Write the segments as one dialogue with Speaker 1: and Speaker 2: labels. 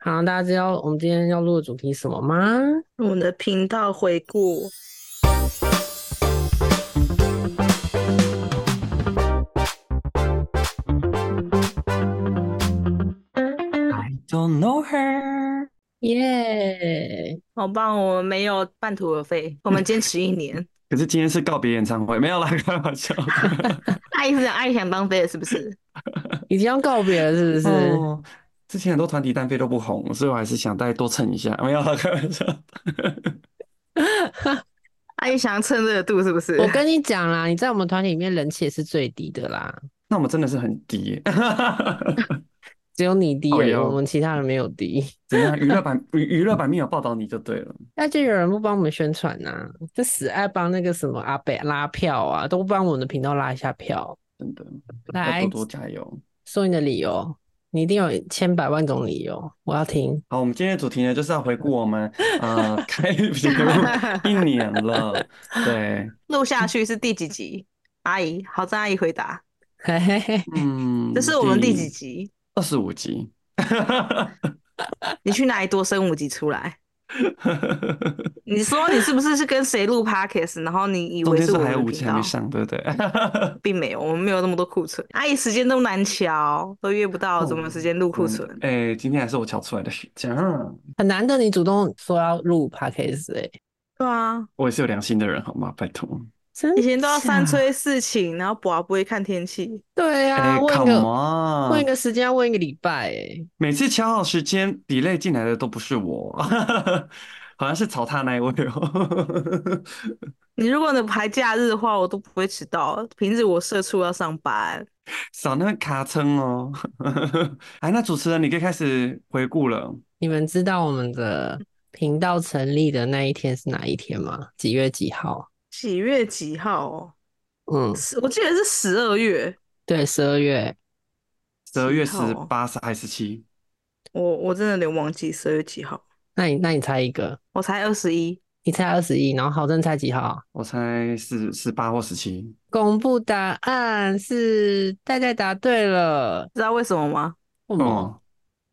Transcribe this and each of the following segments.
Speaker 1: 好，大家知道我们今天要录的主题是什么吗？
Speaker 2: 我们的频道回顾，
Speaker 3: I don't know her。
Speaker 1: 耶、
Speaker 2: 好棒！我们没有半途而废，我们坚持一 年。
Speaker 3: 可是今天是告别演唱会，没有啦， 开玩笑。
Speaker 2: 爱是爱想当飞了，是不是？
Speaker 1: 已经要告别了，是不是？
Speaker 3: 哦，之前很多团体单飞都不红，所以我还是想再多蹭一下，没有啦，开 玩笑。
Speaker 2: 爱想蹭热度，是不是？
Speaker 1: 我跟你讲啦，你在我们团体里面人气也是最低的啦，
Speaker 3: 那我们真的是很低耶，
Speaker 1: 只有你低而已，
Speaker 3: 哎呦
Speaker 1: 我们其他人没有低。
Speaker 3: 怎样？娱乐版娱娱乐版面有报道你就对了，
Speaker 1: 那就有人不帮我们宣传呐、就死爱帮那个什么阿北拉票啊，都不帮我们的频道拉一下票。
Speaker 3: 真的要
Speaker 1: 来
Speaker 3: 多，多加油。
Speaker 1: 说你的理由，你一定有千百万种理由，我要听。
Speaker 3: 好，我们今天的主题呢，就是要回顾我们 呃开屏一年了，对，
Speaker 2: 录下去是第几集？阿姨，好在阿姨回答，
Speaker 1: 嘿嘿嘿，
Speaker 3: 嗯，
Speaker 2: 这是我们第几？集？
Speaker 3: 二十五集。
Speaker 2: 你去哪里多生五集出来？你说你是不是是跟谁录 podcast？然后你以
Speaker 3: 中
Speaker 2: 为
Speaker 3: 间
Speaker 2: 是
Speaker 3: 是
Speaker 2: 我
Speaker 3: 还有
Speaker 2: 们
Speaker 3: 五
Speaker 2: 的
Speaker 3: 期
Speaker 2: 频
Speaker 3: 还
Speaker 2: 道
Speaker 3: 没？上，对 不对？
Speaker 2: 并没有，我们没有那么多库存。阿姨时间都难瞧，都约不
Speaker 3: 哦
Speaker 2: 到，怎么有时间录库存？
Speaker 3: 哎、今天还是我瞧出来的事情，
Speaker 1: 很难得你主动说要录 podcast 哎、
Speaker 2: 对啊，
Speaker 3: 我也是有良心的人，好吗？拜托。
Speaker 1: 真
Speaker 2: 以前都要三
Speaker 1: 假
Speaker 2: 催四请，然后不不会看天气。
Speaker 1: 对
Speaker 3: 哎、
Speaker 1: 啊，问一
Speaker 3: c
Speaker 1: 个
Speaker 3: o
Speaker 1: 问
Speaker 3: m
Speaker 1: 一
Speaker 2: 嗯
Speaker 3: e on！
Speaker 1: 个时间要问一个礼拜哎，
Speaker 3: 每次瞧好时间，delay 进来的都不是我， 好像是曹他那一位哦。
Speaker 2: 你如果能排假日的话，我都不会迟到。平日我社畜要上班，
Speaker 3: 少那个卡称哦。 哎，那主持人，你可以开始回顾了。
Speaker 1: 你们知道我们的频道成立的那一天是哪一天吗？几月几号？
Speaker 2: 几月几号哦？
Speaker 1: 嗯，
Speaker 2: 是我记得是十二月。
Speaker 1: 对，十二月。
Speaker 3: 十二月
Speaker 2: 几
Speaker 3: 十
Speaker 2: 号哦
Speaker 3: 八还是七？
Speaker 2: 我我真的有点忘记十二月几号，
Speaker 1: 那你那你猜一个，
Speaker 2: 我才二十一。
Speaker 1: 你猜二十一，然后好正猜几号？
Speaker 3: 我猜是十八或十七。
Speaker 1: 公布答案是大家答对了，
Speaker 2: 知道为什么吗？
Speaker 1: 我
Speaker 3: 哦，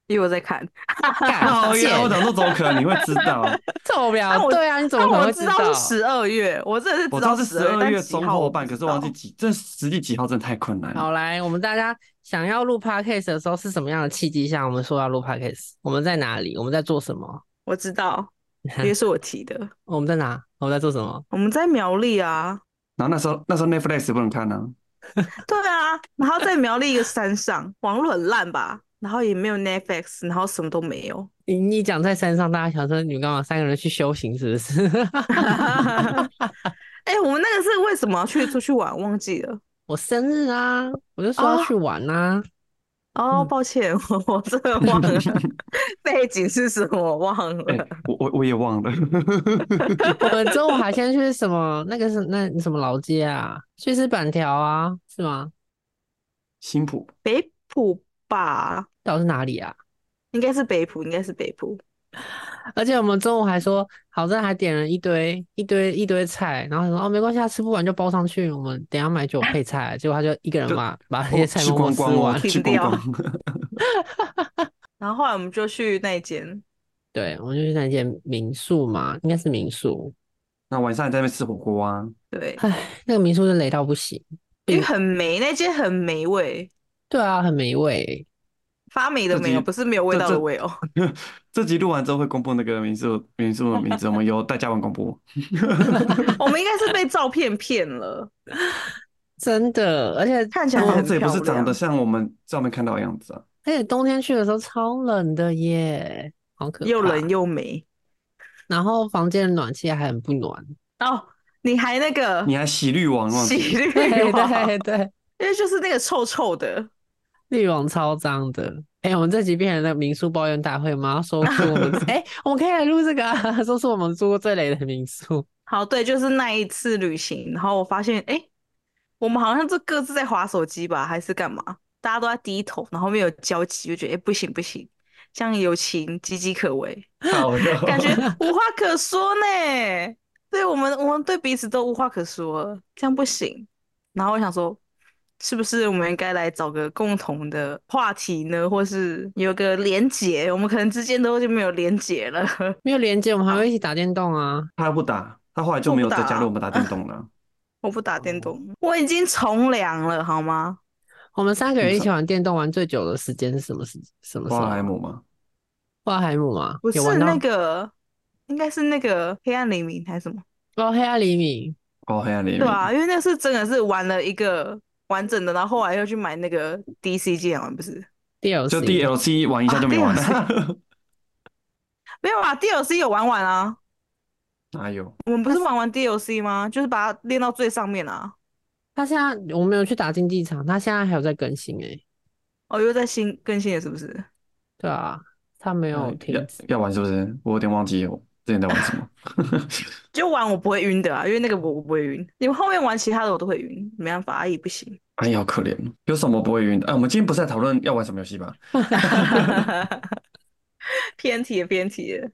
Speaker 2: 因为我在 看，
Speaker 3: 好
Speaker 1: 干
Speaker 3: 呀！我
Speaker 1: 贱，
Speaker 3: 想说，怎么可能你会知道？
Speaker 1: 臭
Speaker 2: 但
Speaker 1: 婊，
Speaker 2: 我
Speaker 1: 对啊，你怎么
Speaker 2: 但
Speaker 1: 可能
Speaker 2: 我
Speaker 1: 会
Speaker 2: 知道是十二月，我真的是
Speaker 3: 我
Speaker 2: 知
Speaker 3: 知道
Speaker 2: 道
Speaker 3: 是十
Speaker 2: 12月
Speaker 3: 二
Speaker 2: 但
Speaker 3: 月
Speaker 2: 几
Speaker 3: 中
Speaker 2: 号
Speaker 3: 后
Speaker 2: 我
Speaker 3: 半，
Speaker 2: 不
Speaker 3: 可
Speaker 2: 知
Speaker 3: 是忘记
Speaker 2: 道
Speaker 3: 几，这实际几号真的太困难了。
Speaker 1: 好，来，我们大家想要录 podcast 的时候是什么样的契机下，我们说要录 podcast？我们在哪里？我们在做什么？
Speaker 2: 我知 道，因为是我提的。
Speaker 1: 我们在哪？我们在做什么？
Speaker 2: 我们在苗栗啊，
Speaker 3: 然后那时候那时候 Netflix 也不能 看呢、
Speaker 2: 对啊，然后在苗栗一个山上，网络很烂吧，然后也没有 Netflix，然后什么都没有。
Speaker 1: 你你讲在山上，大家想说你们干嘛？三个人去修行是不是？
Speaker 2: 哎、我们那个是为什么要去出去玩？忘记了。
Speaker 1: 我生日啊，我就说要
Speaker 2: 哦
Speaker 1: 去玩啊。
Speaker 2: 哦，
Speaker 3: 嗯
Speaker 2: 抱歉，我我真的 忘了背景是什么，我忘
Speaker 3: 哎、
Speaker 2: 了。
Speaker 3: 我我我也忘了，
Speaker 1: 我们中午还先去什么那个是那什么老街啊，去吃板条啊，是吗？
Speaker 3: 新浦
Speaker 2: 北浦吧，
Speaker 1: 到底是哪里啊？
Speaker 2: 应该是北浦，应该是北浦。
Speaker 1: 而且我们中午还说，好在还点了一堆一堆一堆菜，然后他说哦没关系啊，吃不完就包上去，我们等一下买酒配菜。啊结果他就一个人
Speaker 3: 就
Speaker 1: 把把那
Speaker 3: 我
Speaker 1: 些菜
Speaker 3: 吃
Speaker 1: 默默
Speaker 3: 光
Speaker 1: 吃
Speaker 3: 光
Speaker 1: 完
Speaker 3: 哦，。
Speaker 2: 停
Speaker 3: 吃光
Speaker 2: 掉
Speaker 3: 光。
Speaker 2: 然后后来我们就去那间，
Speaker 1: 对，我们就去那间民宿嘛，应该是民宿。
Speaker 3: 那晚上还在那边吃火锅啊，
Speaker 2: 对，
Speaker 1: 唉，那个民宿是雷到不行。
Speaker 2: 因为
Speaker 1: 嗯
Speaker 2: 很霉，那间很霉味，
Speaker 1: 对啊，很美味。
Speaker 2: 发霉的
Speaker 3: 自
Speaker 2: 霉哦，
Speaker 3: 己
Speaker 2: 不是没有味
Speaker 3: 这
Speaker 2: 道的
Speaker 3: 这
Speaker 2: 味 哦。
Speaker 3: 这集录完之后会公布那个民宿民宿的名字，我们由代家文 公布。
Speaker 2: 我们应该是被照片骗了，
Speaker 1: 真的，而且
Speaker 2: 看起来
Speaker 3: 那
Speaker 1: 冬
Speaker 3: 房
Speaker 2: 很
Speaker 3: 哦子也不
Speaker 2: 漂
Speaker 3: 是长得
Speaker 2: 亮。
Speaker 3: 像我们照片看到的样子啊，
Speaker 1: 而且冬天去的时候超冷的耶，好可
Speaker 2: 又
Speaker 1: 怕。
Speaker 2: 冷又霉
Speaker 1: 然后房间的暖气还很不 暖。
Speaker 2: 哦，你还那个
Speaker 3: 你还洗滤网忘
Speaker 2: 洗
Speaker 3: 记？
Speaker 2: 绿
Speaker 1: 对
Speaker 2: 网
Speaker 1: 对对，
Speaker 2: 因为就是那个臭臭的，
Speaker 1: 内容超脏的。哎、我们这集变成了民宿抱怨大会吗？ 说出我们哎、我们可以来录这个、啊， 说是我们住过最雷的民宿。
Speaker 2: 好，对，就是那一次旅行，然后我发现，哎、我们好像就各自在划手机吧，还是干嘛？大家都在低头，然后没有交集，就觉得，哎、不行不行，这样友情岌岌可危，
Speaker 3: 好 的，
Speaker 2: 感觉无话可说呢。对我们，我们对彼此都无话可说了，这样不行。然后我想说，是不是我们应该来找个共同的话题呢？或是有个连结？我们可能之间都就没有连结了。
Speaker 1: 没有连接，我们还会一起打电动啊。
Speaker 3: 他不打，他后来就没有再加入我们打电 动了。
Speaker 2: 我不打电
Speaker 1: 哦
Speaker 2: 动，我已经从良了，好吗？
Speaker 1: 我们三个人
Speaker 3: 你
Speaker 1: 一
Speaker 3: 说
Speaker 1: 起
Speaker 2: 嗯
Speaker 1: 玩电动玩最久的时间是什么时？什么时
Speaker 3: 花
Speaker 1: 候
Speaker 3: 海？姆吗？
Speaker 1: 花海姆吗？
Speaker 2: 不
Speaker 1: 有
Speaker 2: 是
Speaker 1: 玩到
Speaker 2: 那个，应该是那个黑暗黎明还是什么？
Speaker 1: 哦，黑暗黎明。
Speaker 3: 哦，黑暗黎
Speaker 2: 对
Speaker 3: 明。
Speaker 2: 啊，因为那是真的是玩了一个完整的，然后后来又去买那个 DC 进来玩，不是？
Speaker 1: DLC
Speaker 3: 就 DLC 玩一下就没玩
Speaker 2: 啊
Speaker 3: 了。
Speaker 2: 没有啊，DLC 有玩完啊，
Speaker 3: 哪有？
Speaker 2: 我们不是玩完 DLC 吗？就是把它练到最上面啊。
Speaker 1: 他现在我没有去打竞技场，他现在还有在更新哎、
Speaker 2: 哦，又在新更新了，是不是？
Speaker 1: 对啊，他
Speaker 2: 哦
Speaker 1: 没有
Speaker 3: 哎要
Speaker 1: 停止。
Speaker 3: 要玩是不是？我有点忘记我之前在玩什么。
Speaker 2: 就玩我不会晕的啊，因为那个我我不会晕。你们后面玩其他的我都会晕，没办法，阿姨不行。
Speaker 3: 哎呀，好可怜，有什么不会晕的？哎，我们今天不是在讨论要玩什么游戏吧？
Speaker 2: 偏题了偏题了，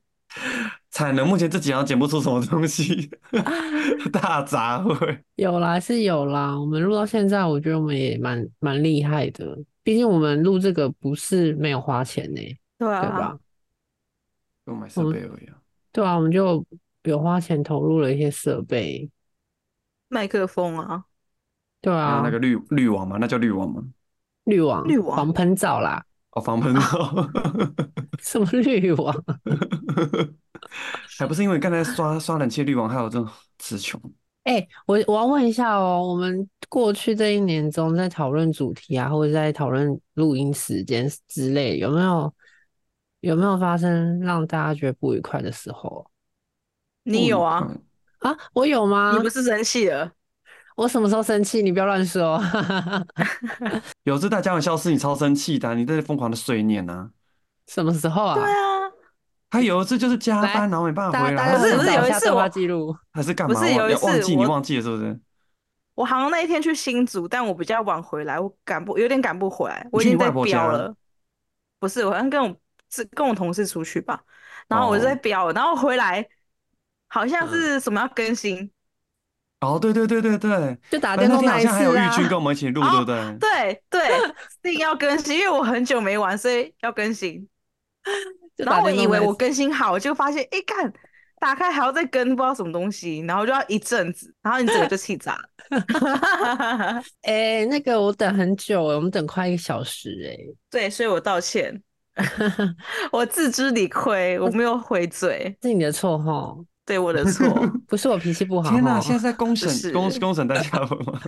Speaker 3: 惨了，目前自己好像剪不出什么东西，
Speaker 2: 啊
Speaker 3: 大杂烩。
Speaker 1: 有啦，是有啦。我们录到现在，我觉得我们也蛮蛮厉害的。毕竟我们录这个不是没有花钱呢、
Speaker 2: 对
Speaker 1: 对
Speaker 2: 啊，
Speaker 1: 吧？
Speaker 3: 我买设备而已啊。
Speaker 1: 对啊，我们就有花钱投入了一些设备。
Speaker 2: 麦克风啊，
Speaker 1: 对
Speaker 2: 嗯
Speaker 3: 还有
Speaker 1: 啊，
Speaker 3: 那个滤滤网嘛，那叫滤网吗？
Speaker 1: 滤网、
Speaker 2: 滤网
Speaker 1: 防喷罩啦，
Speaker 3: 哦，防喷
Speaker 2: 啊
Speaker 3: 罩。
Speaker 1: 什么滤网？
Speaker 3: 还不是因为刚才刷刷冷气滤网，还有这种词穷。
Speaker 1: 哎、我我要问一下哦，我们过去这一年中在讨论主题啊，或者在讨论录音时间之类，有没有有没有发生让大家觉得不愉快的时候
Speaker 2: 你有啊？
Speaker 3: 嗯？
Speaker 1: 啊？我有吗
Speaker 2: 你？不是生气了？
Speaker 1: 我什么时候生气？你不要乱说。
Speaker 3: 有次大家有消失，你超生气的啊、你在疯狂的碎念啊。
Speaker 1: 什么时候啊
Speaker 2: 对？啊，
Speaker 3: 他有一次就是加
Speaker 1: 来
Speaker 3: 班，然后没办法
Speaker 1: 大
Speaker 3: 回
Speaker 1: 家大
Speaker 3: 来，
Speaker 1: 家
Speaker 3: 还
Speaker 2: 不
Speaker 1: 可
Speaker 2: 是
Speaker 1: 以找
Speaker 2: 不是有
Speaker 1: 一
Speaker 2: 一
Speaker 1: 下
Speaker 2: 次
Speaker 1: 对话
Speaker 2: 我
Speaker 1: 记录
Speaker 3: 还是干
Speaker 2: 不
Speaker 3: 嘛？
Speaker 2: 是
Speaker 3: 忘
Speaker 2: 有一
Speaker 3: 要忘
Speaker 2: 次
Speaker 3: 记你
Speaker 2: 我
Speaker 3: 忘记了是不是？
Speaker 2: 我好像那一天去新竹，但我比较晚回来，我赶不有点赶不回来，我已
Speaker 3: 去你
Speaker 2: 经在
Speaker 3: 外婆
Speaker 2: 飙
Speaker 3: 家
Speaker 2: 了。不是，我好像跟我是跟我同事出去吧，然后我就在
Speaker 3: 哦
Speaker 2: 飙，然后回来好像
Speaker 1: 嗯
Speaker 2: 是什么要更新，
Speaker 3: 哦，对对对对对，
Speaker 1: 就打
Speaker 3: 反
Speaker 1: 电动
Speaker 3: 正那天
Speaker 1: 那
Speaker 3: 好
Speaker 1: 一次
Speaker 3: 像还有玉
Speaker 1: 啊。
Speaker 3: 君跟我们一起录，对
Speaker 2: 哦
Speaker 3: 不对？
Speaker 2: 对对，一定要更新，因为我很久没玩，所以要更新。
Speaker 1: 就
Speaker 2: 然
Speaker 1: 打
Speaker 2: 后我
Speaker 1: 电
Speaker 2: 以
Speaker 1: 动
Speaker 2: 为
Speaker 1: 那一
Speaker 2: 我
Speaker 1: 次
Speaker 2: 更新好，就发现哎干，打开还要再更，不知道什么东西，然后就要一阵子，然后你整个就气炸了。
Speaker 1: 哎、那个我等很久欸，我们等快一个小时哎、
Speaker 2: 对，所以我道歉，我自知理亏，我没有回嘴，
Speaker 1: 是你的错吼，
Speaker 2: 对我的错。
Speaker 1: 不是我脾气不好
Speaker 3: 天哪，
Speaker 1: 吼
Speaker 3: 现在在公审
Speaker 2: 是
Speaker 3: 公公审大家 了吗？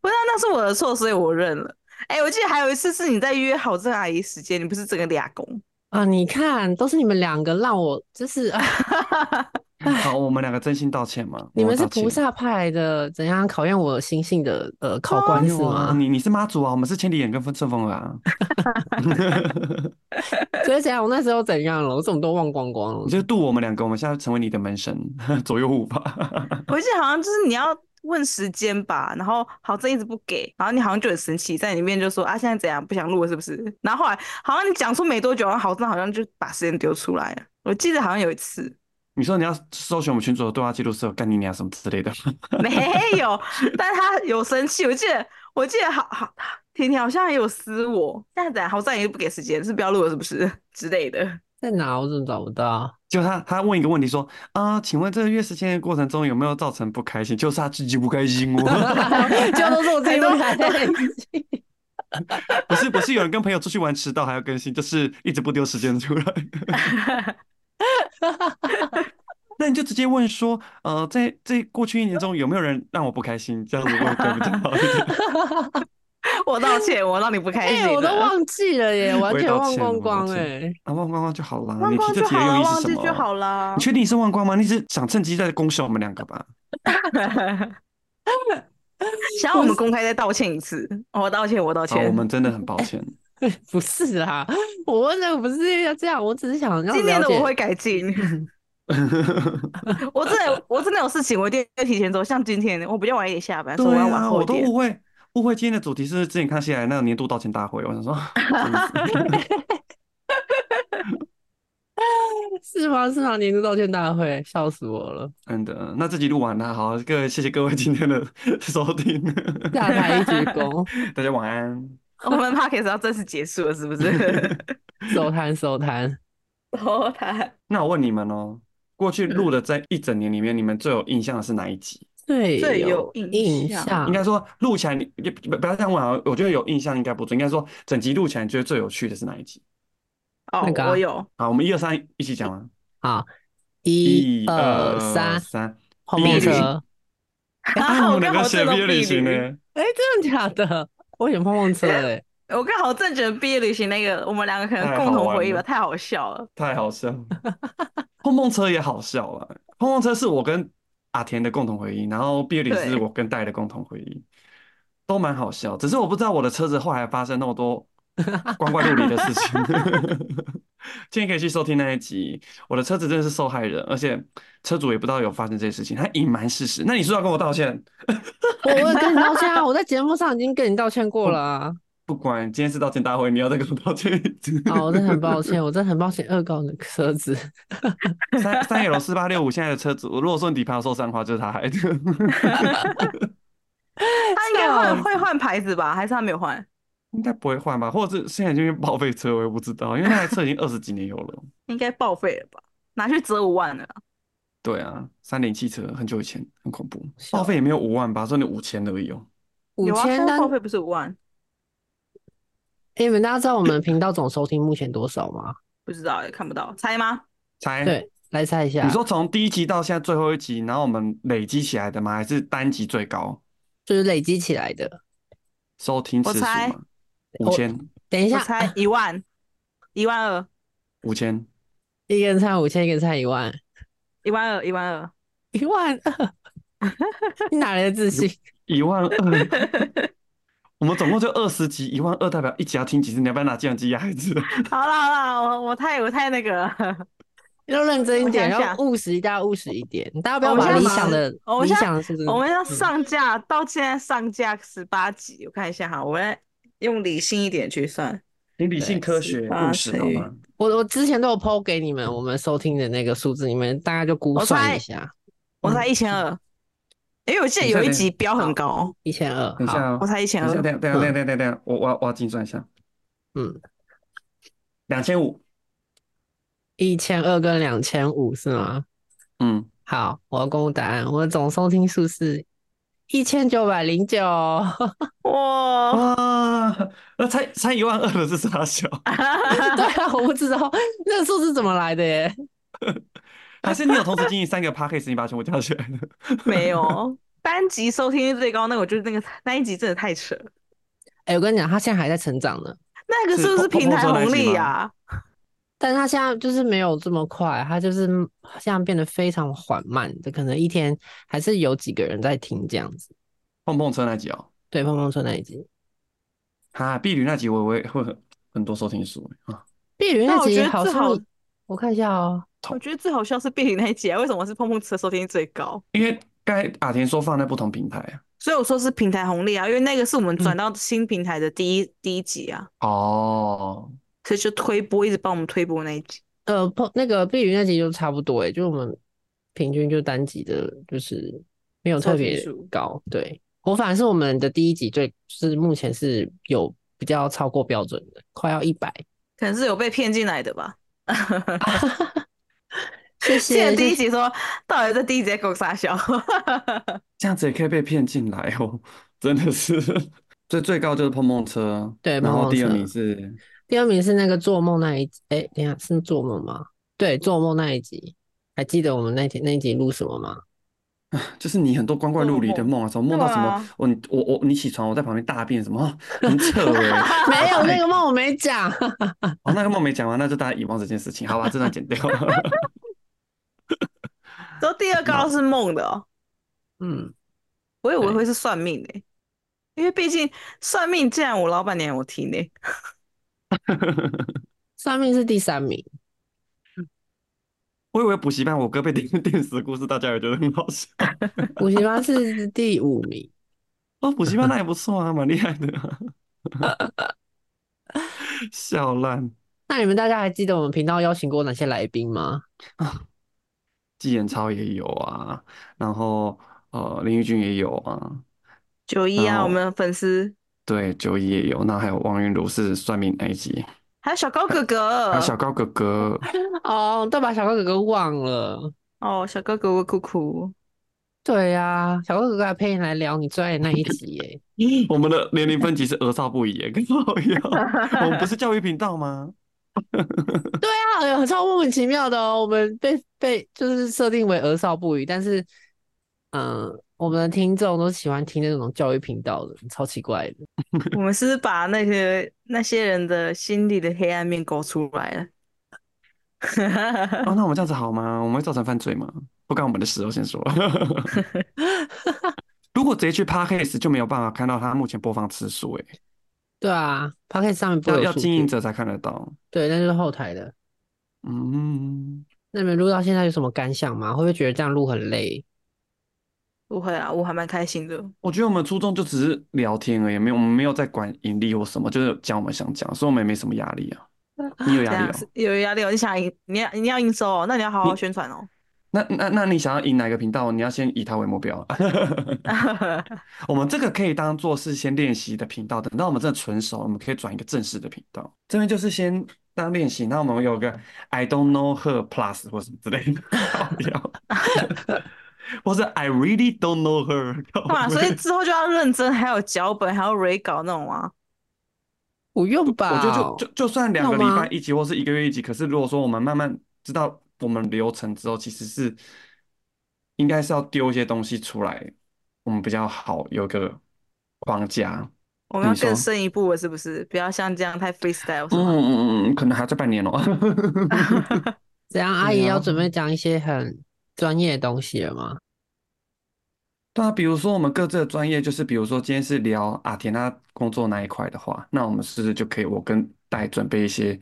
Speaker 2: 不是啊，那是我的错，所以我认了。哎、我记得还有一次是你在约好郑阿姨时间，你不是整个俩工，
Speaker 1: 啊！你看，都是你们两个让我就是啊，
Speaker 3: 好，我们两个真心道歉嘛。
Speaker 1: 你
Speaker 3: 我
Speaker 1: 们是
Speaker 3: 道歉
Speaker 1: 菩萨派的，怎样考验我心性的呃考官
Speaker 3: 没
Speaker 1: 是
Speaker 3: 有啊，
Speaker 1: 吗？
Speaker 3: 你你是妈祖啊，我们是千里眼跟顺风 耳啊。
Speaker 1: 所以怎样？我那时候怎样了？我怎么都忘光光了
Speaker 3: 你？就渡我们两个，我们现在成为你的门神，左右护法。
Speaker 2: 我记得好像就是你要问时间吧，然后好郑一直不给，然后你好像就很生气，在里面就说啊现在怎样不想录了是不是？然后后来好像你讲出没多久，然后好郑好像就把时间丢出来了。我记得好像有一次
Speaker 3: 你说你要搜寻我们群主的对话记录是有干你娘什么之类的，
Speaker 2: 没有，但他有生气。我记得我记得好好婷婷好像也有撕我，现在怎样好郑也不给时间，是不要录了是不是 之类的？
Speaker 1: 在哪？我怎么找不到？
Speaker 3: 就他他问一个问题说啊、请问这个约时间的过程中有没有造成不开心？就是他自己不开心哦，
Speaker 1: 就都是我自己不开心。
Speaker 3: 不是不是有人跟朋友出去玩迟到还要更新，就是一直不丢时间 出来。那你就直接问说，呃，在这过去一年中有没有人让我不开心？这样子会不会比较好一点？
Speaker 2: 我道歉，我让你不开
Speaker 1: 哎、
Speaker 2: 心了。
Speaker 1: 我都忘记了耶，完
Speaker 3: 我也
Speaker 1: 全
Speaker 3: 道
Speaker 1: 忘
Speaker 3: 歉
Speaker 1: 光
Speaker 3: 我道
Speaker 1: 光
Speaker 3: 歉
Speaker 1: 哎。
Speaker 3: 啊，忘光光就好啦。
Speaker 2: 忘
Speaker 3: 你
Speaker 2: 光
Speaker 3: 提这
Speaker 2: 就
Speaker 3: 题的
Speaker 2: 好
Speaker 3: 用
Speaker 2: 了，
Speaker 3: 意是
Speaker 2: 忘
Speaker 3: 什
Speaker 2: 记就
Speaker 3: 么？
Speaker 2: 好啦
Speaker 3: 你。确定你是忘光吗？你是想趁机在公审我们两个吧？
Speaker 2: 想要我们公开再道歉一次，哦我道歉，我道
Speaker 3: 好，
Speaker 2: 歉。
Speaker 3: 我们真的很抱 歉。
Speaker 1: 哎 不是啦，我问的不是要这样，我只是想要
Speaker 2: 今天
Speaker 1: 了
Speaker 2: 的
Speaker 1: 解
Speaker 2: 我会改进。我真的，我真的有事情，我一定会提前走。像今天，我比较晚一点下班，所以我
Speaker 3: 对
Speaker 2: 要晚
Speaker 3: 啊，
Speaker 2: 后
Speaker 3: 我
Speaker 2: 一
Speaker 3: 都
Speaker 2: 点。
Speaker 3: 误会误会今天的主题是之前看起来那个年度道歉 大会，我想说，真的是
Speaker 1: 是吗？是吗？年度道歉大会，笑死我了！
Speaker 3: 真的，那这集录完了，好，各位谢谢各位今天的 收听，
Speaker 1: 下台一鞠躬，
Speaker 3: 大家晚安，
Speaker 2: 我们 p o d c a s 要正式结束了，是不 是？
Speaker 1: 手弹手弹。
Speaker 2: 偷谈。
Speaker 3: 那我问你们哦，过去录的这一整年里面，你们最有印象的是哪一集？
Speaker 1: 最
Speaker 2: 最
Speaker 1: 有
Speaker 2: 有
Speaker 1: 印
Speaker 2: 印
Speaker 1: 象
Speaker 2: 象
Speaker 3: 应该说录起来你，你不不要这样问啊，我觉得有印象应该不错，应该说整集录起来你觉得最有趣的是哪一集？
Speaker 2: 哦
Speaker 1: 那个，啊
Speaker 2: 我有。
Speaker 3: 好，我们一二三一起讲完，
Speaker 1: 好，一
Speaker 3: 二
Speaker 1: 二三，
Speaker 3: 三，
Speaker 1: 碰
Speaker 3: 毕
Speaker 1: 碰
Speaker 3: 业旅行
Speaker 1: 车。
Speaker 3: 哎啊，我们两
Speaker 2: 刚
Speaker 3: 个
Speaker 2: 好
Speaker 3: 写
Speaker 2: 这种
Speaker 3: 毕业旅
Speaker 2: 避
Speaker 3: 行
Speaker 2: 旅
Speaker 3: 呢，
Speaker 1: 哎，真的假 的？我选碰碰车哎，
Speaker 2: 我刚好正觉得毕业旅行那个，我们两个可能
Speaker 3: 太
Speaker 2: 共
Speaker 3: 好
Speaker 2: 同
Speaker 3: 玩
Speaker 2: 回忆吧，
Speaker 3: 了
Speaker 2: 太好笑了。
Speaker 3: 太好笑了。 碰碰车也好笑了，碰碰车是我跟阿田的共同回忆，然后毕业旅行是
Speaker 2: 对
Speaker 3: 我跟戴的共同回忆，都蛮好笑。只是我不知道我的车子后来发生那 么多光怪陆离的事情。 今天可以去收听那一集，我的车子真的是受害人，而且车主也不知道有发生这些事情，他隐瞒事实。那你是不是要跟我道歉？
Speaker 1: 我我有跟你道歉啊，我在节目上已经跟你道歉过了啊。
Speaker 3: 不管今天是道歉大会，你要再跟我道歉一次。
Speaker 1: 好，哦我真的很抱歉，我真的很抱歉恶搞你的车子。
Speaker 3: 三三 L 四八六五现在的车主，如果说你底盘有受伤的话，就是他害的。
Speaker 2: 他应该换
Speaker 1: 笑
Speaker 2: 会换牌子吧？还是他没有换？
Speaker 3: 应该不会换吧？或者是现在这边报废车，我也不知道，因为那台车已经二十几年有了。
Speaker 2: 应该报废了吧？拿去折五万了。
Speaker 3: 对啊，三菱汽车很久以前很恐怖，
Speaker 1: 笑
Speaker 3: 报废也没有五万吧，说你五千而已哦。
Speaker 1: 五
Speaker 2: 有啊，
Speaker 1: 千
Speaker 2: 现在
Speaker 1: 单
Speaker 2: 报，废不是五万？
Speaker 1: 哎，你们大家知道我们频道总收听目前多少吗？
Speaker 2: 不知道也欸看不到，猜吗？
Speaker 3: 才
Speaker 1: 对，啊来猜一下。
Speaker 3: 你说从第一集到现在最后一集，然后我们累积起来的吗？还是单集最高
Speaker 1: 就是累积起来的。
Speaker 3: 收听
Speaker 2: 我
Speaker 3: 次数
Speaker 2: 猜
Speaker 3: 吗？五千，
Speaker 1: 等一
Speaker 2: 我
Speaker 1: 下，
Speaker 2: 猜一万，一万二，
Speaker 3: 五千，
Speaker 1: 一个人猜五千，一个人猜一万，
Speaker 2: 一万二，一万二。
Speaker 1: 一万二，你哪来的自 信？
Speaker 3: 一万 二。我们总共就二十集，一万二代表一集要听几次？你要不要拿计算机压一次？
Speaker 2: 好啦好啦，我我太我太那个了，
Speaker 1: 要认真一点，
Speaker 2: 我想
Speaker 1: 要
Speaker 2: 想
Speaker 1: 务实，大家务实一点，大家不要
Speaker 2: 我们
Speaker 1: 把
Speaker 2: 现
Speaker 1: 理
Speaker 2: 在
Speaker 1: 想的
Speaker 2: 忙我
Speaker 1: 理
Speaker 2: 们现在
Speaker 1: 想的事
Speaker 3: 嗯
Speaker 1: 嗯情。
Speaker 2: 我们要上架到现在上架十八集，我看一下哈，我们用理性一点去算。
Speaker 3: 你理性科学
Speaker 2: 18
Speaker 3: 务实好
Speaker 2: 乘以
Speaker 3: 吗？
Speaker 1: 我我之前都有 PO 给你们，我们收听的那个数字，你们大概就估
Speaker 2: 我
Speaker 1: 算
Speaker 2: 猜
Speaker 1: 一下，
Speaker 2: 我
Speaker 3: 嗯
Speaker 2: 猜一千二，因为我记得
Speaker 3: 等一下
Speaker 2: 有一
Speaker 3: 等一
Speaker 2: 集标
Speaker 1: 好
Speaker 2: 很高，
Speaker 1: 一千二。
Speaker 3: 等一
Speaker 1: 好，
Speaker 3: 下哦，
Speaker 2: 我猜一千
Speaker 3: 等一下，
Speaker 2: 二。
Speaker 3: 等一下，等一下，等一下，等一下，等一下，我我要我要精算一下，
Speaker 1: 嗯，
Speaker 3: 两千五，
Speaker 1: 一千二跟两千五是吗？
Speaker 3: 嗯，
Speaker 1: 好，我要公布答案，我的总收听数是一千九百零九。 哦
Speaker 2: 哇，
Speaker 3: 啊，那才才一万二的是啥小？
Speaker 1: 对啊，我不知道那个数字怎么来的耶。
Speaker 3: 还是你有同时经营三个 p a c k a g e 你把它全部加起来了？
Speaker 2: 没有单集收听率最高，那我觉得那个那一集真的太扯了。
Speaker 1: 哎、我跟你讲，他现在还在成长呢，
Speaker 2: 那个
Speaker 3: 是
Speaker 2: 是不
Speaker 3: 碰
Speaker 2: 是平
Speaker 3: 碰
Speaker 2: 台
Speaker 3: 撞那一
Speaker 2: 红
Speaker 3: 集
Speaker 2: 利啊
Speaker 3: 吗
Speaker 2: 呀、
Speaker 1: 但他现在就是没有这么快，他就是现在变得非常缓慢的，可能一天还是有几个人在听这样子。
Speaker 3: 碰碰车那集哦，
Speaker 1: 对，碰碰车那一集，
Speaker 3: 哈，婢女那集我也会很很多收听数啊，
Speaker 1: 碧云
Speaker 2: 但
Speaker 1: 那
Speaker 2: 我
Speaker 1: 集
Speaker 2: 觉得
Speaker 1: 好
Speaker 2: 最
Speaker 1: 像
Speaker 2: 好
Speaker 1: 也，我看一下哦，
Speaker 2: 我觉得最好笑是变形那一集啊，为什么是碰碰车收听率最高？
Speaker 3: 因为刚才阿田说放在不同平台啊。
Speaker 2: 所以我说是平台红利啊，因为那个是我们
Speaker 1: 嗯
Speaker 2: 转到新平台的第一、第一集啊，
Speaker 3: 哦，
Speaker 2: 所以就推播，一直帮我们推播那一集。
Speaker 1: 呃，碰那个碧云那集就差不多哎，就我们平均就单集的，就是没有
Speaker 2: 收
Speaker 1: 特
Speaker 2: 听
Speaker 1: 别
Speaker 2: 数
Speaker 1: 高。对我反而是我们的第一集最，就是目前是有比较超过标准的，快要一百。
Speaker 2: 可能是有被骗进来的吧。
Speaker 1: 谢
Speaker 2: 记得
Speaker 1: 谢，
Speaker 2: 第
Speaker 1: 谢
Speaker 2: 一
Speaker 1: 谢。
Speaker 2: 集说，到底这第一集在搞啥笑？
Speaker 3: 这样子也可以被骗进来哦，真的是。最最高就是碰碰车，
Speaker 1: 对
Speaker 3: 然
Speaker 1: 碰
Speaker 3: 后
Speaker 1: 碰
Speaker 3: 第二
Speaker 1: 车
Speaker 3: 名是
Speaker 1: 第二名是那个做梦那一集，哎、等一下是做梦吗？对，做梦那一集，还记得我们那天那一集录什么吗？
Speaker 3: 就是你很多光怪
Speaker 2: 做
Speaker 3: 陆离的
Speaker 2: 梦
Speaker 3: 梦啊，什么梦到
Speaker 2: 嗯对
Speaker 3: 什么
Speaker 2: 啊，
Speaker 3: 我你我我你起床，我在旁边大便什么，啊很扯哎、
Speaker 1: 没有那个梦我没讲，
Speaker 3: 哦，那个梦没讲完，那就大家遗忘这件事情，好吧？这段剪掉。
Speaker 2: 说第二高是梦的哦，
Speaker 1: 嗯，
Speaker 2: 我以为
Speaker 1: 对
Speaker 2: 会是算命的、因为毕竟算命，既然我老板娘我听呢、
Speaker 1: 算命是第三名，
Speaker 3: 我以为补习班我哥被电电死的故事，大家也觉得很好笑。
Speaker 1: 补习班是第五名，
Speaker 3: 哦，补习班那也不错啊，蛮厉害的啊、笑烂。
Speaker 1: 那你们大家还记得我们频道邀请过哪些来宾吗？
Speaker 3: 纪言超也有啊，然后呃林玉君也有啊，
Speaker 2: 九一
Speaker 3: 然
Speaker 2: 啊，
Speaker 3: 后
Speaker 2: 我们的粉丝，
Speaker 3: 对九一也有，那还有王云如是算命那一集，
Speaker 2: 还有小高哥哥
Speaker 3: 还有小高哥哥，
Speaker 1: 哦，都把小哥哥哥忘了。
Speaker 2: 哦，小高哥哥哭哭，
Speaker 1: 对呀、小哥哥还陪你来聊你最爱的那一集耶。
Speaker 3: 我们的年龄分级是儿少不宜耶，跟我一样，我们不是教育频道吗？
Speaker 1: 哎呦，超莫名其妙的哦，我们被被就是设定为儿少不宜，但是，嗯、我们的听众都喜欢听那种教育频道的，超奇怪的。
Speaker 2: 我们是不是把那些那些人的心里的黑暗面勾出来了。
Speaker 3: 哦，那我们这样子好吗？我们会造成犯罪吗？不干我们的事，我先说。 如果直接去 Podcast 就没有办法看到它目前播放次数，哎，
Speaker 1: 对啊 p o c a s t 上面不会
Speaker 3: 要
Speaker 1: 有
Speaker 3: 要
Speaker 1: 数
Speaker 3: 经营
Speaker 1: 据，
Speaker 3: 者才看得到。
Speaker 1: 对，那就是后台的。
Speaker 3: 嗯，
Speaker 1: 那你们录到现在有什么感想吗？会不会觉得这样录很累？
Speaker 2: 不会啊，我还蛮开心的。
Speaker 3: 我觉得我们初衷就只是聊天而已，没有我们没有在管盈利或什么，就是讲我们想讲，所以我们也没什么压 力啊。你
Speaker 2: 这
Speaker 3: 有压力
Speaker 2: 样
Speaker 3: 哦？
Speaker 2: 是有压力哦，你想赢，你要你要营收哦，那你要好好宣 传哦。
Speaker 3: 那那那你想要赢哪个频道？你要先以它为目标。我们这个可以当做是先练习的频道，等到我们真的纯熟，我们可以转一个正式的频道。这边就是先当练习，那我们有个 I don't know her plus 或什么之类的，靠腰 或者 I really don't know her，靠
Speaker 2: 干嘛？所以
Speaker 3: 背
Speaker 2: 之后就要认真，还有脚本，还要 re 稿那种啊。
Speaker 1: 不用
Speaker 3: 我
Speaker 1: 吧，
Speaker 3: 觉得
Speaker 2: 哦
Speaker 3: 就就就算两个礼
Speaker 1: 要吗
Speaker 3: 拜一集或是一个月一集，可是如果说我们慢慢知道我们流程之后，其实是应该是要丢一些东西出来，我们比较好有个框架。
Speaker 2: 我们要
Speaker 3: 你说
Speaker 2: 更深一步了，是不是？不要像这样太 freestyle 是吗？
Speaker 3: 嗯嗯嗯，可能还在半年哦。
Speaker 1: 怎样？阿
Speaker 3: 对
Speaker 1: 姨
Speaker 3: 啊
Speaker 1: 要准备讲一些很专业的东西了吗？
Speaker 3: 对啊，比如说我们各自的专业，就是比如说今天是聊阿田他工作那一块的话，那我们是不是就可以我跟戴准备一些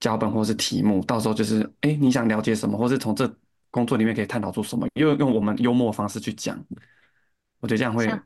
Speaker 3: 脚本或是题目，到时候就是哎你想了解什么，或是从这工作里面可以探讨出什么，又用我们幽默的方式去讲，我觉得这样会
Speaker 2: 像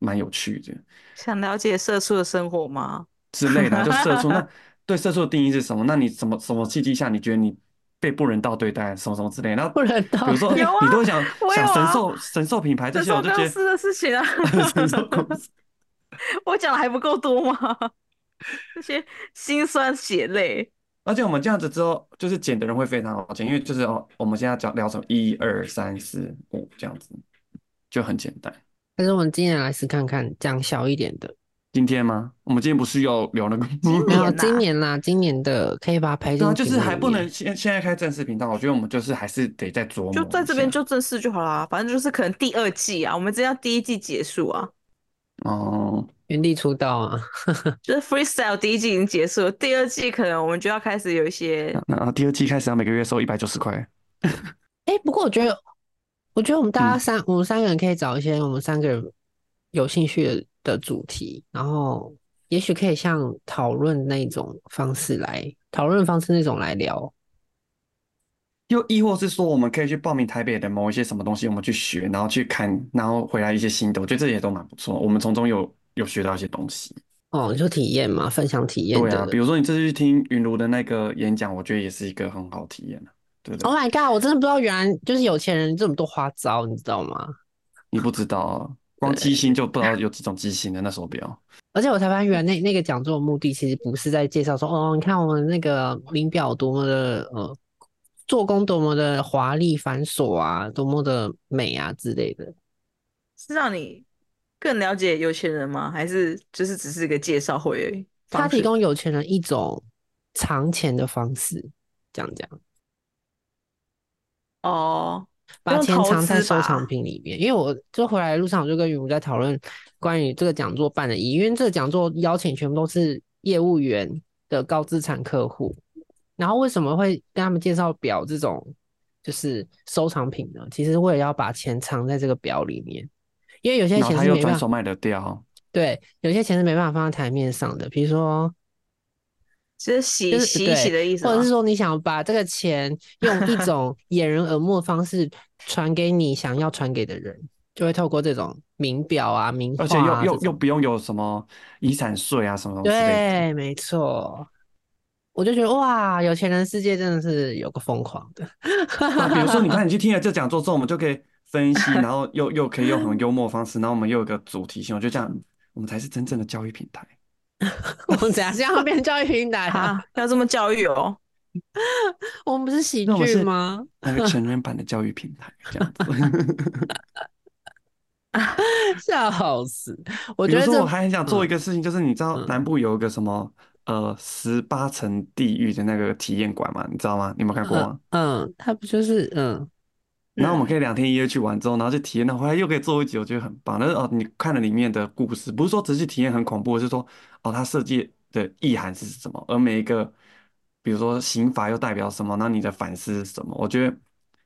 Speaker 3: 蛮有趣的
Speaker 2: 想了解社畜的生活吗？
Speaker 3: 之类的啊、就社 畜，那对社畜的定义是什么？那你什么什么契机下你觉得你被不人道对待，什么什么之类的？然后
Speaker 1: 不
Speaker 3: 比
Speaker 1: 然到
Speaker 3: 如说
Speaker 2: 有
Speaker 3: 你
Speaker 2: 啊
Speaker 3: 都会想
Speaker 2: 我
Speaker 3: 想
Speaker 2: 有
Speaker 3: 神
Speaker 2: 啊
Speaker 3: 兽神兽品牌这
Speaker 2: 这
Speaker 3: 些，
Speaker 2: 是
Speaker 3: 我
Speaker 2: 我
Speaker 3: 就
Speaker 2: 公
Speaker 3: 觉
Speaker 2: 司
Speaker 3: 得。。
Speaker 2: 的事情啊
Speaker 3: 神兽公司
Speaker 2: 我讲的还不够多吗？ 这些辛酸血泪，
Speaker 3: 而且我们这样子之后，就是剪的人会非常好剪，因为就是哦，我们现在讲聊什么一二三四五这样子，就很简单。
Speaker 1: 还是我们今年来试看看，讲小一点的。
Speaker 3: 今天吗？我们今天不是要聊那个？
Speaker 2: 今
Speaker 1: 然
Speaker 2: 年
Speaker 1: 后
Speaker 2: 呐
Speaker 1: 哦今年啦，今年的可以把它排
Speaker 3: 对
Speaker 1: 进
Speaker 3: 啊，就
Speaker 1: 节
Speaker 3: 是
Speaker 1: 目
Speaker 3: 还
Speaker 1: 里
Speaker 3: 不
Speaker 1: 面
Speaker 3: 能现现在开正式频道，我觉得我们就是还是得再琢磨
Speaker 2: 就在
Speaker 3: 一
Speaker 2: 这边
Speaker 3: 下
Speaker 2: 就正式就好啦。反正就是可能第二季啊，我们真要第一季结束啊。
Speaker 3: 哦，
Speaker 1: 原地出道啊。
Speaker 2: 就是 freestyle 第一季已经结束了，第二季可能我们就要开始有一些
Speaker 3: 那然后第二季开始要每个月收一百九十块，
Speaker 1: 哎、不过我觉得，我觉得我们大家
Speaker 3: 嗯
Speaker 1: 三，我们三个人可以找一些我们三个人有兴趣的的主题，然后也许可以像讨论那种方式来讨论方式那种来聊。
Speaker 3: 又亦或是说我们可以去报名台北的某一些什么东西，我们去学，然后去看，然后回来一些心得，我觉得这也都蛮不错，我们从中有有学到一些东西。
Speaker 1: 哦，你说体验嘛，分享体验
Speaker 3: 对
Speaker 1: 的。
Speaker 3: 啊，比如说你这次去听云茹的那个演讲，我觉得也是一个很好体验啊对不对
Speaker 1: Oh my god！我真的不知道，原来就是有钱人这么多花招，你知道吗？
Speaker 3: 你不知道啊，光机芯就不知道有几种机芯的那手表。
Speaker 1: 而且我才发现，原来那那个讲座的目的其实不是在介绍说，哦，你看我们那个名表多么的呃，做工多么的华丽繁琐啊，多么的美啊之类的。
Speaker 2: 是让你更了解有钱人吗？还是就是只是一个介绍会而已？
Speaker 1: 他提
Speaker 2: function？
Speaker 1: 供有钱人一种藏钱的方式，这样讲，
Speaker 2: 哦，
Speaker 1: 把
Speaker 2: 用
Speaker 1: 钱
Speaker 2: 投
Speaker 1: 藏在
Speaker 2: 资
Speaker 1: 收藏
Speaker 2: 吧
Speaker 1: 品里面。因为我就回来的路上，我就跟雨茹在讨论关于这个讲座办的意义，因为这个讲座邀请全部都是业务员的高资产客户，然后为什么会跟他们介绍表这种就是收藏品呢？其实为了要把钱藏在这个表里面，因为有些
Speaker 3: 然后
Speaker 1: 钱
Speaker 3: 他
Speaker 1: 是
Speaker 3: 又
Speaker 1: 没办
Speaker 3: 转
Speaker 1: 法
Speaker 3: 手。卖得掉，
Speaker 1: 对，有些钱是没办法放在台面上的，比如说
Speaker 2: 就是洗
Speaker 1: 就是
Speaker 2: 洗一
Speaker 1: 对
Speaker 2: 洗的意思
Speaker 1: 或者
Speaker 2: 吗
Speaker 1: 是说你想把这个钱用一种掩人耳目的方式传给你想要传给的人，就会透过这种名表啊、名画
Speaker 3: 而且又
Speaker 1: 啊
Speaker 3: 又
Speaker 1: 这
Speaker 3: 又
Speaker 1: 种。
Speaker 3: 不用有什么遗产税啊什么之类的。
Speaker 1: 对，没错。我就觉得哇，有钱人世界真的是有个疯狂的。
Speaker 3: 那比如说，你看你去听了这讲座之后，我们就可以分 析，然后又又可以用很幽默的方式，然后我们又有个主题性，我觉得这样我们才是真正的教育平台。
Speaker 1: 我们怎样这样变教育平台啊？
Speaker 2: 啊，要这么教育哦。
Speaker 1: 我们不是喜
Speaker 3: 那我们
Speaker 1: 剧
Speaker 3: 是
Speaker 1: 吗？
Speaker 3: 那个成人版的教育平台这样子。
Speaker 1: 笑死！我
Speaker 3: 比
Speaker 1: 觉得
Speaker 3: 如说，
Speaker 1: 这
Speaker 3: 我还很想做一个事情，就是你知道
Speaker 1: 嗯
Speaker 3: 南部有一个什么呃十八层地狱的那个体验馆嘛？你知道吗？你有没有看过吗？
Speaker 1: 嗯，他不就是嗯
Speaker 3: 然后我们
Speaker 2: 嗯
Speaker 3: 可以两天一夜去玩之后，然后去体验，那回来又可以做一集，我觉得很棒。但是哦，你看了里面的故事，不是说只是体验很恐怖，而是说哦，它设计的意涵是什么，而每一个比如说刑罚又代表什么，那你的反思是什么？我觉得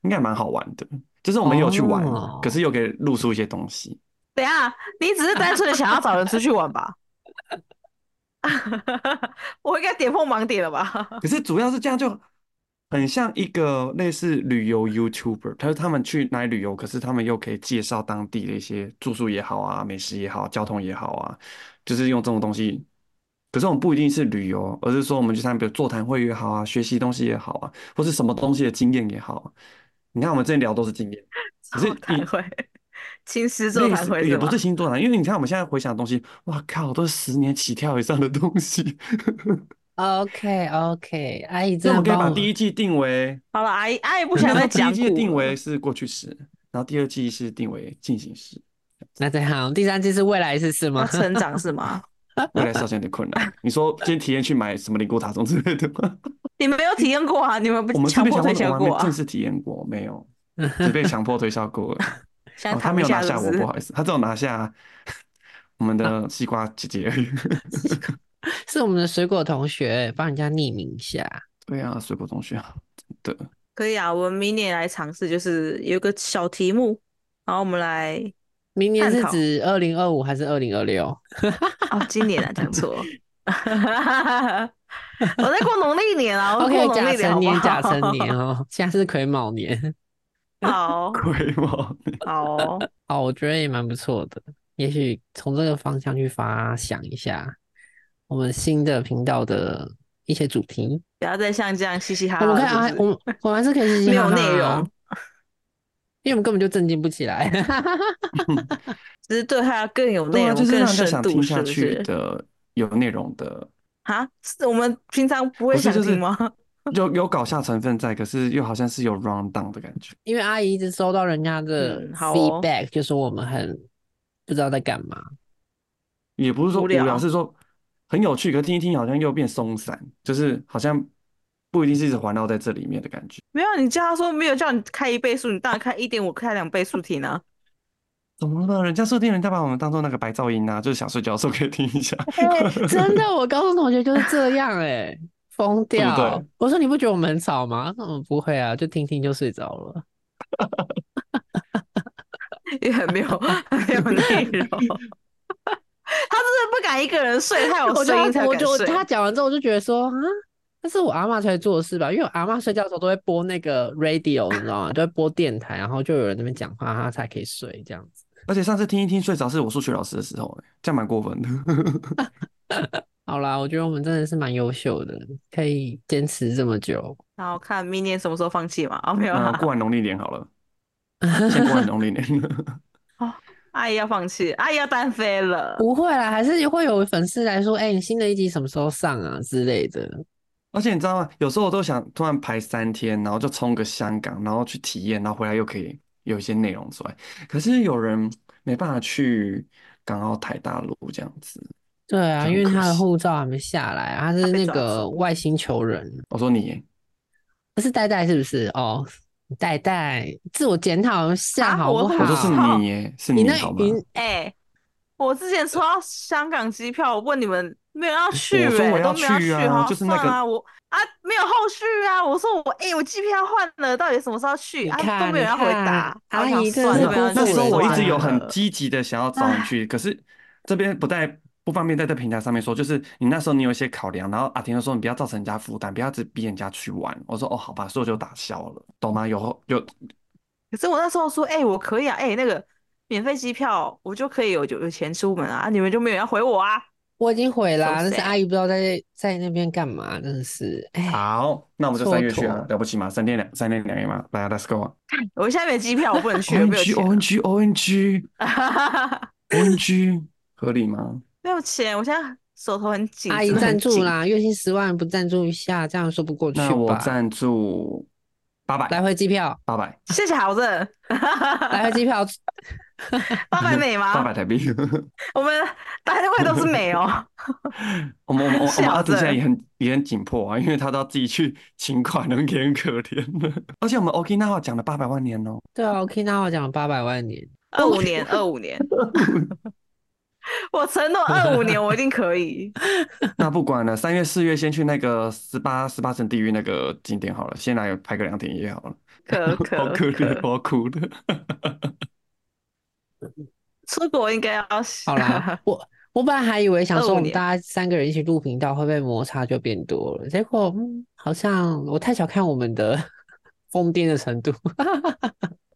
Speaker 3: 应该蛮好玩的，就是我们也有去玩，可是
Speaker 1: 哦，
Speaker 3: 又可以露出一些东西。
Speaker 2: 等一下，你只是单纯的想要找人出去玩吧？ 我应该点破盲点了吧？
Speaker 3: 可是主要是这样就很像一个类似旅游 YouTuber，他说他们去哪里旅游，可是他们又可以介绍当地的一些住宿也好啊、美食也好、交通也好啊，就是用这种东西。可是我们不一定是旅游，而是说我们去参加，比如座谈会也好啊，学习东西也好啊，或是什么东西的经验也好啊。你看我们之前聊都是经验， 可
Speaker 2: 座
Speaker 3: 是
Speaker 2: 谈
Speaker 3: 你
Speaker 2: 会，青狮座
Speaker 3: 类
Speaker 2: 谈
Speaker 3: 似
Speaker 2: 会
Speaker 3: 也
Speaker 2: 是
Speaker 3: 不是
Speaker 2: 吗？
Speaker 3: 星座谈，因为你看我们现在回想的东西，哇靠，都是十年起跳以上的东西。
Speaker 1: OK OK，阿姨
Speaker 3: 所以
Speaker 1: 真
Speaker 3: 我
Speaker 1: 的
Speaker 3: 们可以
Speaker 1: 帮
Speaker 3: 把
Speaker 1: 我
Speaker 3: 第
Speaker 1: 们
Speaker 3: 一季定为，
Speaker 2: 好了，阿姨，阿姨不
Speaker 3: 我们
Speaker 2: 想
Speaker 3: 那时
Speaker 2: 再
Speaker 3: 候
Speaker 2: 讲
Speaker 3: 第一季的
Speaker 2: 古
Speaker 3: 定为
Speaker 2: 了。
Speaker 3: 是过去式，然后第二季是定为进行时，
Speaker 1: 那这样，第三季是未来式是
Speaker 2: 要
Speaker 1: 吗？
Speaker 2: 成长是吗？
Speaker 3: 未来是好像有点困 难。你说今天体验去买什么灵骨塔什么之类的吗？
Speaker 2: 你们没有体验过啊？你们不
Speaker 3: 我们这
Speaker 2: 强
Speaker 3: 边
Speaker 2: 迫
Speaker 3: 强
Speaker 2: 推销
Speaker 3: 迫的我还没
Speaker 2: 过
Speaker 3: 正
Speaker 2: 啊？
Speaker 3: 式体验过，没有，只被强迫推销过 而已。
Speaker 2: 想
Speaker 3: 哦，他
Speaker 2: 躺
Speaker 3: 没
Speaker 2: 一
Speaker 3: 有拿
Speaker 2: 下是不
Speaker 3: 下我，不
Speaker 2: 是？嗯
Speaker 3: 好意思，他只有 拿下我们的西瓜姐姐而已。
Speaker 1: 是我们的水果同学帮人家匿名一下。
Speaker 3: 对啊，水果同学，真的，
Speaker 2: 可以啊，我们明年来尝试，就是有一个小题目，然后我们来
Speaker 1: 明年
Speaker 2: 探
Speaker 1: 是
Speaker 2: 讨。
Speaker 1: 指二零二五还是二零二六？
Speaker 2: 哦，今 年啊，讲错 了，我在过农历年啊，我
Speaker 1: OK，
Speaker 2: 在过农
Speaker 1: 甲
Speaker 2: 历年，
Speaker 1: 辰
Speaker 2: 好不
Speaker 1: 年，
Speaker 2: 好？
Speaker 1: 甲辰年哦，现在是癸卯年，
Speaker 2: 好
Speaker 3: 鬼吗？
Speaker 2: 好，
Speaker 1: 哦，我觉得也蛮不错的，也许从这个方向去发想一下我们新的频道的一些主题，
Speaker 2: 不要再像这样嘻嘻哈
Speaker 1: 我们可以
Speaker 2: 哈了，是不
Speaker 1: 啊，我
Speaker 2: 是？
Speaker 1: 们我们还是可以嘻
Speaker 2: 没
Speaker 1: 嘻哈
Speaker 2: 有
Speaker 1: 哈
Speaker 2: 内
Speaker 1: 啊
Speaker 2: 容，
Speaker 1: 因为我们根本就震惊不起来。
Speaker 2: 只是 对它更有
Speaker 3: 对
Speaker 2: 内
Speaker 3: 啊，就
Speaker 2: 容、
Speaker 3: 是
Speaker 2: 更
Speaker 3: 让人家
Speaker 2: 深
Speaker 3: 想
Speaker 2: 度，
Speaker 3: 听
Speaker 2: 是
Speaker 3: 下
Speaker 2: 不
Speaker 3: 去
Speaker 2: 是？
Speaker 3: 的，有内容的。
Speaker 2: 啊，是我们平常不会
Speaker 3: 不是，
Speaker 2: 想
Speaker 3: 就
Speaker 2: 听
Speaker 3: 是
Speaker 2: 吗？
Speaker 3: 有有搞笑成分在，可是又好像是有 round down 的感觉。
Speaker 1: 因为阿姨一直收到人家的
Speaker 2: 嗯，好哦，
Speaker 1: feedback，就说我们很不知道在干嘛。
Speaker 3: 也不是说
Speaker 2: 无
Speaker 3: 无聊，
Speaker 2: 聊，
Speaker 3: 是说很有趣，可听一听好像又变松散，就是好像不一定是一直环绕在这里面的感觉。
Speaker 2: 没有，你叫他说没有叫你开一倍速，你当然开一点五、开两倍速听啊。
Speaker 3: 怎么了？人家设定人家把我们当做那个白噪音啊，就是想睡觉的时候可以听一 下，
Speaker 1: 哎、真的，我高中同学就是这样哎、 疯
Speaker 3: 对不
Speaker 1: 掉。
Speaker 3: 对？
Speaker 1: 我说你不觉得我们很吵吗？他说嗯，不会啊，就听听就睡着了。
Speaker 2: 也很 没有很没有内容， 他真的不敢一个人睡，他有
Speaker 1: 我就
Speaker 2: 声音才
Speaker 1: 我
Speaker 2: 敢
Speaker 1: 就他
Speaker 2: 睡。
Speaker 1: 讲完之后，我就觉得说啊，那是我阿嬷才做的事吧？因为我阿嬷睡觉的时候都会播那个 radio，你知道吗？都会播电台，然后就有人在那边讲话，她才可以睡这样子。
Speaker 3: 而且上次听一听睡着是我数学老师的时候、欸，这样蛮过分的。
Speaker 1: 好啦，我觉得我们真的是蛮优秀的，可以坚持这么久。
Speaker 2: 然后看明年什么时候放弃嘛？哦，没有
Speaker 3: 那啊呃过
Speaker 2: 啦，
Speaker 3: 完农历年好了，先过完农历年。
Speaker 2: 哦，阿姨要放弃，阿姨要单飞了。
Speaker 1: 不会啦，还是会有粉丝来说，哎、你新的一集什么时候上啊之类的。
Speaker 3: 而且你知道吗？有时候我都想突然排三天，然后就冲个香港，然后去体验，然后回来又可以有一些内容出来。可是有人没办法去港澳台大陆这样子，
Speaker 1: 对啊，
Speaker 3: 就
Speaker 1: 因为
Speaker 3: 很可
Speaker 1: 他的
Speaker 3: 惜。
Speaker 1: 护照还没下来啊，他
Speaker 2: 他
Speaker 1: 是
Speaker 2: 被
Speaker 1: 那
Speaker 2: 抓
Speaker 1: 个
Speaker 2: 走，
Speaker 1: 外星球人，
Speaker 3: 我说你耶，
Speaker 1: 是戴戴是不是？哦，戴戴，自我检讨一下
Speaker 2: 啊，
Speaker 1: 好
Speaker 2: 我
Speaker 1: 不
Speaker 2: 护
Speaker 3: 我说是
Speaker 1: 好？
Speaker 3: 你
Speaker 2: 照，
Speaker 3: 耶，是
Speaker 1: 你
Speaker 3: 你
Speaker 1: 那
Speaker 3: 好
Speaker 1: 云
Speaker 3: 吗？
Speaker 2: 哎，我之前抽到香港机票，我问你们没有要去
Speaker 3: 我说
Speaker 2: 哎，
Speaker 3: 我
Speaker 2: 都
Speaker 3: 要
Speaker 2: 没有要
Speaker 3: 去
Speaker 2: 去，
Speaker 3: 啊，
Speaker 2: 好
Speaker 3: 就是那
Speaker 2: 算
Speaker 3: 个
Speaker 2: 啊，我啊没有后续啊，我说我哎，我机票换了，到底什么时候去
Speaker 1: 你
Speaker 2: 啊？都
Speaker 1: 看，
Speaker 2: 没有
Speaker 1: 你
Speaker 2: 人要回
Speaker 1: 看，
Speaker 2: 答，
Speaker 1: 阿
Speaker 2: 然后我想
Speaker 1: 姨真的
Speaker 2: 算
Speaker 3: 没
Speaker 1: 是
Speaker 2: 了，
Speaker 1: 辜
Speaker 2: 不要
Speaker 3: 有。
Speaker 2: 再
Speaker 3: 那
Speaker 1: 负
Speaker 3: 时候
Speaker 1: 人
Speaker 2: 计
Speaker 3: 我一
Speaker 2: 算
Speaker 3: 直有
Speaker 1: 家。
Speaker 3: 很
Speaker 2: 了，
Speaker 3: 积极的想要找你
Speaker 2: 唉。
Speaker 3: 去，可是这边不太不方便在这平台上面说，就是你那时候你有一些考量，然后阿婷就说你不要造成人家负担，不要只逼人家去玩。我说哦，好吧，所以我就打消了，懂吗？有有
Speaker 2: 可是我那时候说，哎、我可以啊，哎、那个免费机票我就可以有有有钱出门啊，啊你们就没有要回我啊？
Speaker 1: 我已经回啦，
Speaker 2: So
Speaker 1: 但是
Speaker 2: sad
Speaker 1: 阿姨不知道在在那边干嘛，真的是，哎，
Speaker 3: 好，那我们就
Speaker 1: 蹉
Speaker 3: 三月去啊，
Speaker 1: 跎
Speaker 3: 了不起嘛，三天两三天两夜嘛，来啊，Let's go 啊
Speaker 2: 我现在没机票，我不能去，我没有啊
Speaker 3: ！ONG
Speaker 2: 钱
Speaker 3: ONG ONG
Speaker 2: 啊，
Speaker 3: ONG，合 理吗？
Speaker 2: 没有钱，我现在手头很紧，
Speaker 1: 阿姨
Speaker 2: 真的很
Speaker 1: 赞助
Speaker 2: 紧。
Speaker 1: 啦，月薪十万不赞助一下，这样说不过去
Speaker 3: 那我
Speaker 1: 吧？
Speaker 3: 赞助八
Speaker 1: 来
Speaker 3: 百，
Speaker 1: 回机 票，
Speaker 3: 八百，
Speaker 2: 谢谢豪子，
Speaker 1: 来回机票，
Speaker 2: 八百美
Speaker 3: 八
Speaker 2: 吗？
Speaker 3: 百台币。
Speaker 2: 我们大家会都是 美哦。
Speaker 3: 我们我们我们我
Speaker 2: 笑
Speaker 3: 们阿紫现在
Speaker 2: 着
Speaker 3: 也很也很紧迫啊，因为他都要自己去请款，然后也很可怜的。而且我们 Okinawa 讲了八百万年哦，
Speaker 1: 对啊，OK，那我讲八百万年，
Speaker 2: 二五年，二五年， 我承诺二五年我一定 可以。
Speaker 3: 那不管了，三月四月先去那个十八十八层地狱那个景点好了，先来拍个两天一夜好了。
Speaker 2: 可
Speaker 3: 好
Speaker 2: 可
Speaker 3: 可
Speaker 1: 哦
Speaker 3: 怜，
Speaker 2: 可，
Speaker 3: 我要哭的。
Speaker 2: 出国应该要
Speaker 1: 好 啦，我我本来还以为想说我
Speaker 2: 25
Speaker 1: 们
Speaker 2: 年
Speaker 1: 大家三个人一起录频道会不会摩擦就变多了，结果嗯，好像我太小看我们的 疯癫的 程度，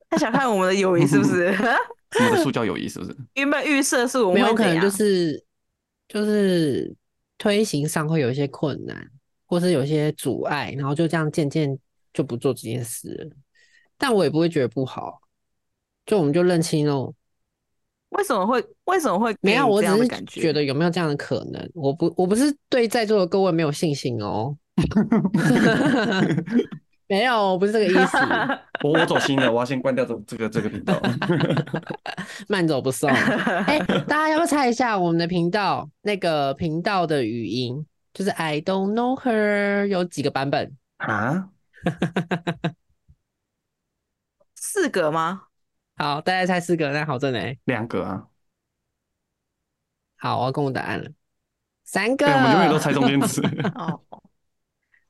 Speaker 2: 他想看我们的友谊是不是？
Speaker 3: 我们的塑胶友谊是不是？
Speaker 2: 原本预设是我
Speaker 1: 没
Speaker 2: 们
Speaker 1: 有
Speaker 2: 会
Speaker 1: 可
Speaker 2: 怎
Speaker 1: 能就
Speaker 2: 样？
Speaker 1: 是就是推行上会有一些困难，或是有些阻碍，然后就这样渐渐就不做这件事了。但我也不会觉得不好，就我们就认清了，
Speaker 2: 为什么会为什么会
Speaker 1: 没
Speaker 2: 给
Speaker 1: 有，
Speaker 2: 你
Speaker 1: 我
Speaker 2: 这
Speaker 1: 只
Speaker 2: 样的
Speaker 1: 是
Speaker 2: 感
Speaker 1: 觉得有没有这样的可能，我不我不是对在座的各位没有信心哦， 没有，我不是这个意思，
Speaker 3: 我我走心了，我要先关掉这这个这个频道。
Speaker 1: 慢走不送。哎、大家要不要猜一下我们的频道那个频道的语音？就是 I don't know her 有几个版本？
Speaker 3: 啊？
Speaker 2: 四个吗？
Speaker 1: 好，大家猜四个，那好正哎。
Speaker 3: 两个啊？
Speaker 1: 好，我要公布答案了，三个。
Speaker 3: 哎对，我啊们永远都猜中间 值。
Speaker 2: 哦，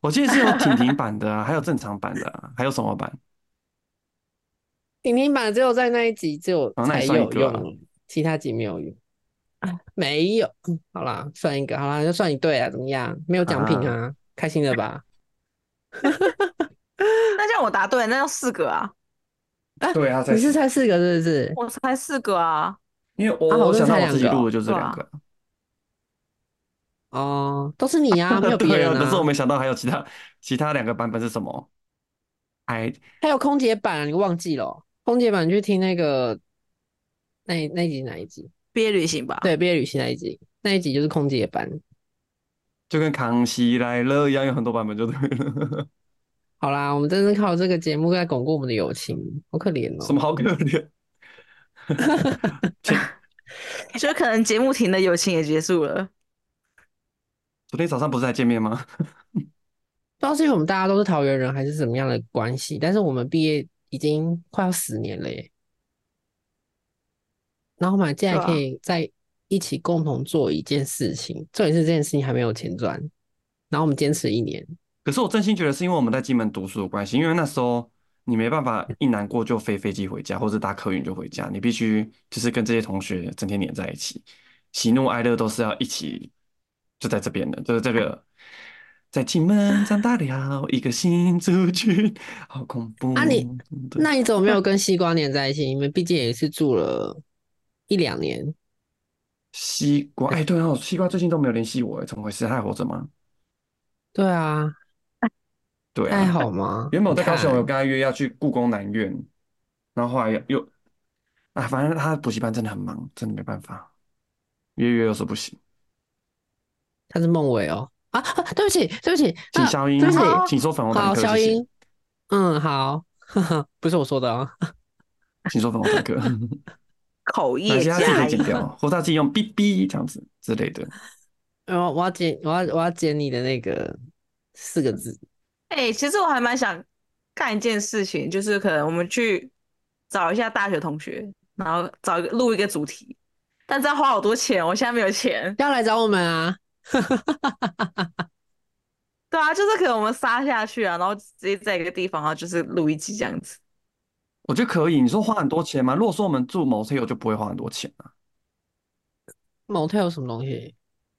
Speaker 3: 我记得是有婷婷版的啊，还有正常版的啊，还有什么版？
Speaker 1: 婷婷版只有在那一集只有
Speaker 3: 哦那
Speaker 1: 才
Speaker 3: 也算一
Speaker 1: 有
Speaker 3: 个
Speaker 1: 用
Speaker 3: 啊，
Speaker 1: 其他集没有用。啊没有，嗯好啦，算一个，好啦，就算你对啊，怎么样？没有奖品啊，开心了吧？
Speaker 2: 那这样我答对，那要四个啊，
Speaker 3: 对啊，
Speaker 1: 你是猜四个是不是？
Speaker 2: 我才四个啊。
Speaker 3: 因为我
Speaker 1: 啊
Speaker 3: 我
Speaker 1: 好像
Speaker 3: 想
Speaker 1: 才
Speaker 3: 到我
Speaker 1: 两
Speaker 3: 自己
Speaker 1: 个
Speaker 3: 录
Speaker 1: 哦
Speaker 3: 的就是这两个。
Speaker 1: 哦，都是你啊，没有别
Speaker 3: 对
Speaker 1: 人
Speaker 3: 啊，可是我
Speaker 1: 啊。
Speaker 3: 没想到还有其他其他两个版本是什么？I 哎
Speaker 1: 还有空姐版，你忘记了哦？空姐版你去听那个那那一集哪一集？
Speaker 2: 毕业旅行吧，
Speaker 1: 对，毕业旅行那一集，那一集就是空姐版。
Speaker 3: 就跟《康熙来了》一样，有很多版本就对了。
Speaker 1: 好啦，我们真是靠这个节目在巩固我们的友情，好可怜
Speaker 3: 什
Speaker 1: 哦。
Speaker 3: 么好可怜？前
Speaker 2: 就可能节目停的友情也结束了。
Speaker 3: 昨天早上不是还见面吗？
Speaker 1: 不知道是因为我们大家都是桃园人，还是什么样的关系，但是我们毕业已经快要十年了耶。然后我们竟然
Speaker 2: 对啊
Speaker 1: 可以在一起共同做一件事情，重点是这件事情还没有钱赚，然后我们坚持一年。
Speaker 3: 可是我真心觉得是因为我们在金门读书的关系，因为那时候你没办法一难过就飞飞机回家，或者搭客运就回家，你必须就是跟这些同学整天黏在一起，喜怒哀乐都是要一起，就在这边的，就是这个在金门长大了一个新族群，好恐怖
Speaker 1: 啊你
Speaker 3: 对
Speaker 1: 那你怎么 没有跟西瓜黏在一起？你们毕竟也是住了一两年，
Speaker 3: 西瓜，哎，对哦，西瓜最近都没有联系我，哎，怎么回事？他还活着吗？
Speaker 1: 对啊，
Speaker 3: 对
Speaker 1: 还
Speaker 3: 啊，
Speaker 1: 好吗？
Speaker 3: 原本
Speaker 1: 你
Speaker 3: 我在高雄有
Speaker 1: 看
Speaker 3: 跟他约要去故宫南院，然后后来又，啊，反正他补习班真的很忙，真的没办法，约约又说不行，
Speaker 1: 他是孟伟哦。啊，啊对不起，对不起，
Speaker 3: 请
Speaker 1: 啊
Speaker 3: 消音
Speaker 1: 对不起，
Speaker 2: 啊
Speaker 3: 请说粉红
Speaker 1: 好，
Speaker 3: 坦
Speaker 1: 消
Speaker 3: 克，谢谢，
Speaker 1: 音。嗯，好， 不是我说的啊。
Speaker 3: 请说粉红 坦克，
Speaker 2: 口
Speaker 3: 哪
Speaker 2: 业
Speaker 3: 些他自己可
Speaker 2: 加
Speaker 3: 以剪
Speaker 2: 一，
Speaker 3: 掉，或者他自己用哔哔这样子之类的。
Speaker 1: 我我要剪，我要我要剪你的那个四个字。
Speaker 2: 哎、其实我还蛮想干一件事情，就是可能我们去找一下大学同学，然后找一个录一个主题，但这要花好多钱，我现在没有钱。
Speaker 1: 要来找我们啊？
Speaker 2: 对啊，就是可能我们杀下去啊，然后直接在一个地方，然后就是录一集这样子。
Speaker 3: 我觉得可以，你说花很多钱吗？如果说我们住 motel 就不会花很多钱啊，
Speaker 1: 某 o 有什么东西？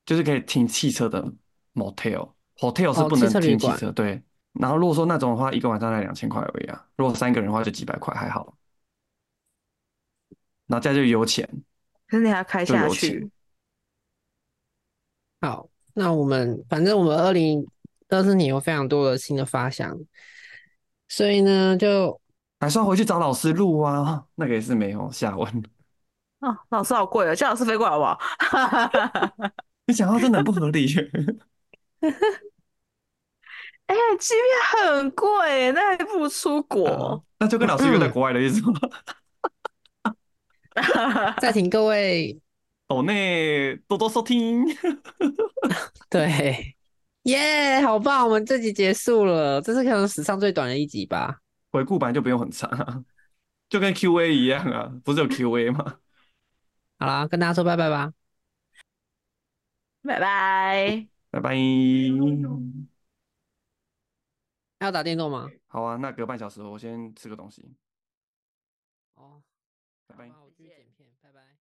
Speaker 3: 就是可以停汽车的 motel。hotel 是
Speaker 1: 哦
Speaker 3: 不
Speaker 1: 汽
Speaker 3: 能
Speaker 1: 车旅
Speaker 3: 停汽
Speaker 1: 馆
Speaker 3: 车，对。然后如果说那种的话，一个晚上才两千块而已啊。如果三个人的话，就几百块还好。然后再就油钱，
Speaker 2: 可是你还要开
Speaker 3: 就
Speaker 2: 下
Speaker 3: 有
Speaker 2: 去
Speaker 3: 钱，
Speaker 1: 好，那我们反正我们二零二四年有非常多的新的发想，所以呢，就
Speaker 3: 还是要回去找老师录啊， 那个也是没有下文。
Speaker 2: 啊，老师好贵哦，叫老师飞过来好不好？
Speaker 3: 你讲话真的很不合 理。
Speaker 2: 哎、机票很贵耶，那还不如出国。
Speaker 3: 那就跟老师约在国外的意思吗？
Speaker 1: 嗯再请各位
Speaker 3: 岛内多多收听，
Speaker 1: 对，耶、好棒！我们这集结束了，这是可能史上最短的一集吧。
Speaker 3: 回顾本来就不用很长啊，就跟 Q&A 一样啊，不是有 Q&A 吗？
Speaker 1: 好啦，跟大家说拜拜吧。
Speaker 2: 拜拜。
Speaker 3: 拜拜。
Speaker 1: 还要打电动吗？
Speaker 3: 好啊，那隔半小时我先吃个东西，
Speaker 1: 哦，
Speaker 3: 拜拜。
Speaker 1: 我去剪片，拜拜。